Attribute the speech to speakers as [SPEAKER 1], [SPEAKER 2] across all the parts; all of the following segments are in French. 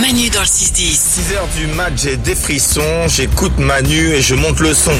[SPEAKER 1] Manu dans le 6-10.
[SPEAKER 2] 6h du match, j'ai des frissons, j'écoute Manu et je monte le son.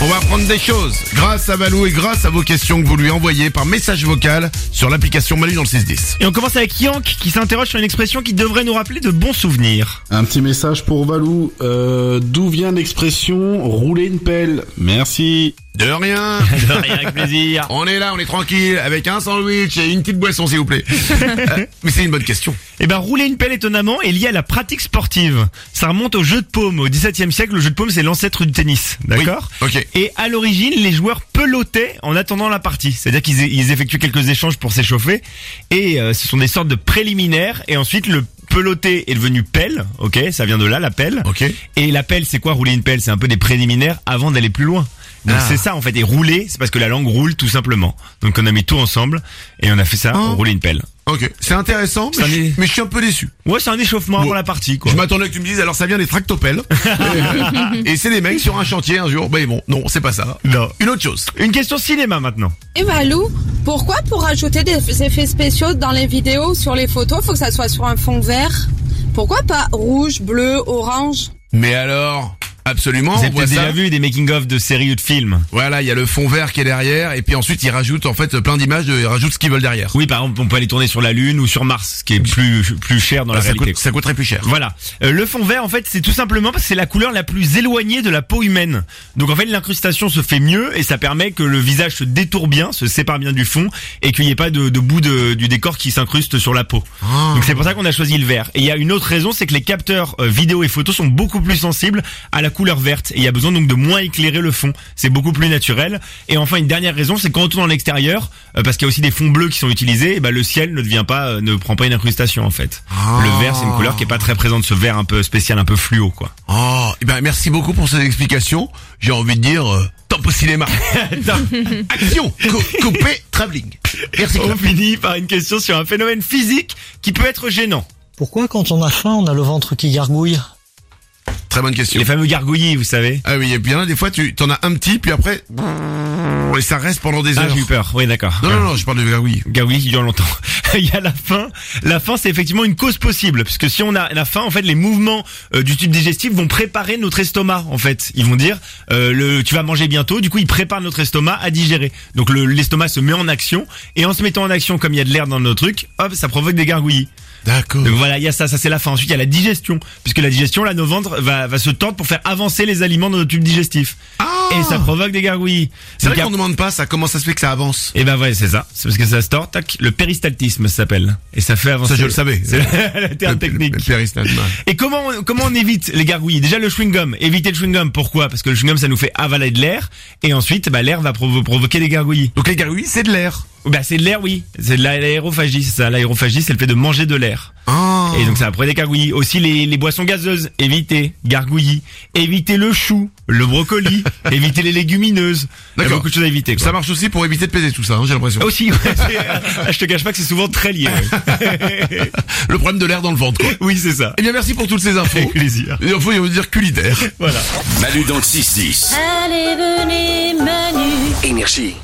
[SPEAKER 3] On va apprendre des choses grâce à Valou et grâce à vos questions que vous lui envoyez par message vocal sur l'application Malu dans le 610.
[SPEAKER 4] Et on commence avec Yank qui s'interroge sur une expression qui devrait nous rappeler de bons souvenirs.
[SPEAKER 5] Un petit message pour Valou. Euh, D'où vient l'expression rouler une pelle Merci.
[SPEAKER 3] De rien
[SPEAKER 4] De rien, avec plaisir.
[SPEAKER 3] On est là, on est tranquille, avec un sandwich et une petite boisson s'il vous plaît. Euh, Mais c'est une bonne question.
[SPEAKER 4] Eh ben, rouler une pelle étonnamment est lié à la pratique sportive. Ça remonte au jeu de paume. Au XVIIe siècle, le jeu de paume, c'est l'ancêtre du tennis. D'accord
[SPEAKER 3] Oui, ok.
[SPEAKER 4] Et à l'origine, les joueurs pelotaient en attendant la partie. C'est-à-dire qu'ils ils effectuaient quelques échanges pour s'échauffer. Et euh, ce sont des sortes de préliminaires. Et ensuite, le peloté est devenu pelle. Ok, ça vient de là, la pelle.
[SPEAKER 3] Ok.
[SPEAKER 4] Et la pelle, c'est quoi rouler une pelle C'est un peu des préliminaires avant d'aller plus loin. Donc
[SPEAKER 3] Ah.
[SPEAKER 4] c'est ça en fait. Et rouler, c'est parce que la langue roule tout simplement. Donc on a mis tout ensemble et on a fait ça,
[SPEAKER 3] Oh.
[SPEAKER 4] on roulait une pelle.
[SPEAKER 3] Ok, c'est intéressant, mais,
[SPEAKER 4] Ça
[SPEAKER 3] je,
[SPEAKER 4] n'est-
[SPEAKER 3] mais je suis un peu déçu.
[SPEAKER 4] Ouais, c'est un échauffement
[SPEAKER 3] Bon.
[SPEAKER 4] avant la partie quoi.
[SPEAKER 3] Je m'attendais que tu me dises, alors ça vient des tractopelles. Euh, et c'est des mecs sur un chantier un jour. Ben bon, non, c'est pas ça.
[SPEAKER 4] Non.
[SPEAKER 3] Une autre chose.
[SPEAKER 4] Une question cinéma maintenant.
[SPEAKER 6] Et Valou, pourquoi pour ajouter des effets spéciaux dans les vidéos, sur les photos, faut que ça soit sur un fond vert Pourquoi pas rouge, bleu, orange
[SPEAKER 3] Mais alors, absolument,
[SPEAKER 4] Vous
[SPEAKER 3] on
[SPEAKER 4] avez
[SPEAKER 3] voit
[SPEAKER 4] peut-être
[SPEAKER 3] ça.
[SPEAKER 4] déjà vu des making-of de séries ou de films.
[SPEAKER 3] Voilà, il y a le fond vert qui est derrière, et puis ensuite ils rajoutent en fait plein d'images, de- ils rajoutent ce qu'ils veulent derrière.
[SPEAKER 4] Oui, par exemple, on peut aller tourner sur la Lune ou sur Mars, ce qui est plus plus cher dans la
[SPEAKER 3] Bah, ça,
[SPEAKER 4] réalité.
[SPEAKER 3] coûte- ça coûterait plus cher.
[SPEAKER 4] Voilà. Euh, le fond vert, en fait, c'est tout simplement parce que c'est la couleur la plus éloignée de la peau humaine. Donc, en fait, l'incrustation se fait mieux et ça permet que le visage se détourne bien, se sépare bien du fond et qu'il n'y ait pas de, de bout de- du décor qui s'incruste sur la peau. Donc, c'est pour ça qu'on a choisi le vert. Et il y a une autre raison, c'est que les capteurs euh, vidéo et photos sont beaucoup plus sensibles à la couleur verte et il y a besoin donc de moins éclairer le fond. C'est beaucoup plus naturel. Et enfin, une dernière raison, c'est quand on tourne en extérieur, euh, parce qu'il y a aussi des fonds bleus qui sont utilisés, et ben, le ciel ne devient pas, euh, ne prend pas une incrustation, en fait. Le vert, c'est une couleur qui est pas très présente, ce vert un peu spécial, un peu fluo, quoi.
[SPEAKER 3] Oh, eh ben merci beaucoup pour ces explications. J'ai envie de dire, euh, top au cinéma. Action, co- coupé, travelling. Merci. Claire.
[SPEAKER 4] On finit par une question sur un phénomène physique qui peut être gênant.
[SPEAKER 7] Pourquoi quand on a faim, on a le ventre qui gargouille
[SPEAKER 3] Très bonne question.
[SPEAKER 4] Les fameux gargouillis, vous savez.
[SPEAKER 3] Ah oui, et bien là, des fois, tu t'en as un petit, puis après, et ça reste pendant des
[SPEAKER 4] Ah,
[SPEAKER 3] heures.
[SPEAKER 4] j'ai eu peur. Oui, d'accord.
[SPEAKER 3] non, non, non, je parle de gargouille.
[SPEAKER 4] Gargouillis qui durent longtemps. Il y a la faim. La faim, c'est effectivement une cause possible, puisque si on a la faim, en fait, les mouvements euh, du tube digestif vont préparer notre estomac. En fait, ils vont dire, euh, le, tu vas manger bientôt. Du coup, ils préparent notre estomac à digérer. Donc, le- l'estomac se met en action, et en se mettant en action, comme il y a de l'air dans nos trucs, hop, ça provoque des gargouillis.
[SPEAKER 3] D'accord.
[SPEAKER 4] Donc voilà, il y a ça, ça c'est la fin. Ensuite, il y a la digestion, puisque la digestion, là, nos ventres va, va se tendre pour faire avancer les aliments dans nos tubes digestifs.
[SPEAKER 3] Ah
[SPEAKER 4] Et ça provoque des gargouillis.
[SPEAKER 3] C'est vrai
[SPEAKER 4] Donc, il y a-
[SPEAKER 3] qu'on demande pas ça, comment ça se fait que ça avance
[SPEAKER 4] Eh ben ouais, c'est ça. C'est parce que ça se tord. Tac, le péristaltisme ça s'appelle. Et ça fait avancer.
[SPEAKER 3] Ça, je le savais.
[SPEAKER 4] C'est le, le terme
[SPEAKER 3] Le- le-
[SPEAKER 4] technique.
[SPEAKER 3] le péristaltisme.
[SPEAKER 4] Et comment on- comment on évite les gargouillis Déjà le chewing gum. Éviter le chewing gum. Pourquoi Parce que le chewing gum ça nous fait avaler de l'air. Et ensuite, bah l'air va provo- provoquer des gargouillis.
[SPEAKER 3] Donc les gargouilles, c'est de l'air.
[SPEAKER 4] Bah c'est de l'air, oui. C'est de la- l'aérophagie, c'est ça. L'aérophagie, c'est le fait de manger de l'air.
[SPEAKER 3] Ah.
[SPEAKER 4] Et donc ça après des gargouillis. Aussi les, les boissons gazeuses, évitez gargouillis. Évitez le chou, le brocoli, évitez les légumineuses. Il y a
[SPEAKER 3] D'accord.
[SPEAKER 4] beaucoup de choses à éviter. Quoi.
[SPEAKER 3] Ça marche aussi pour éviter de péter tout ça, hein, j'ai l'impression.
[SPEAKER 4] Aussi, ouais, c'est- ah, je te cache pas que c'est souvent très lié. ouais.
[SPEAKER 3] Le problème de l'air dans le ventre, quoi.
[SPEAKER 4] oui, c'est ça.
[SPEAKER 3] Eh bien, merci pour toutes ces infos.
[SPEAKER 4] Avec plaisir.
[SPEAKER 3] Les infos, il veut dire culinaire.
[SPEAKER 1] Manu dans le 6-10.
[SPEAKER 8] Allez, venez, Manu.
[SPEAKER 1] Énergie.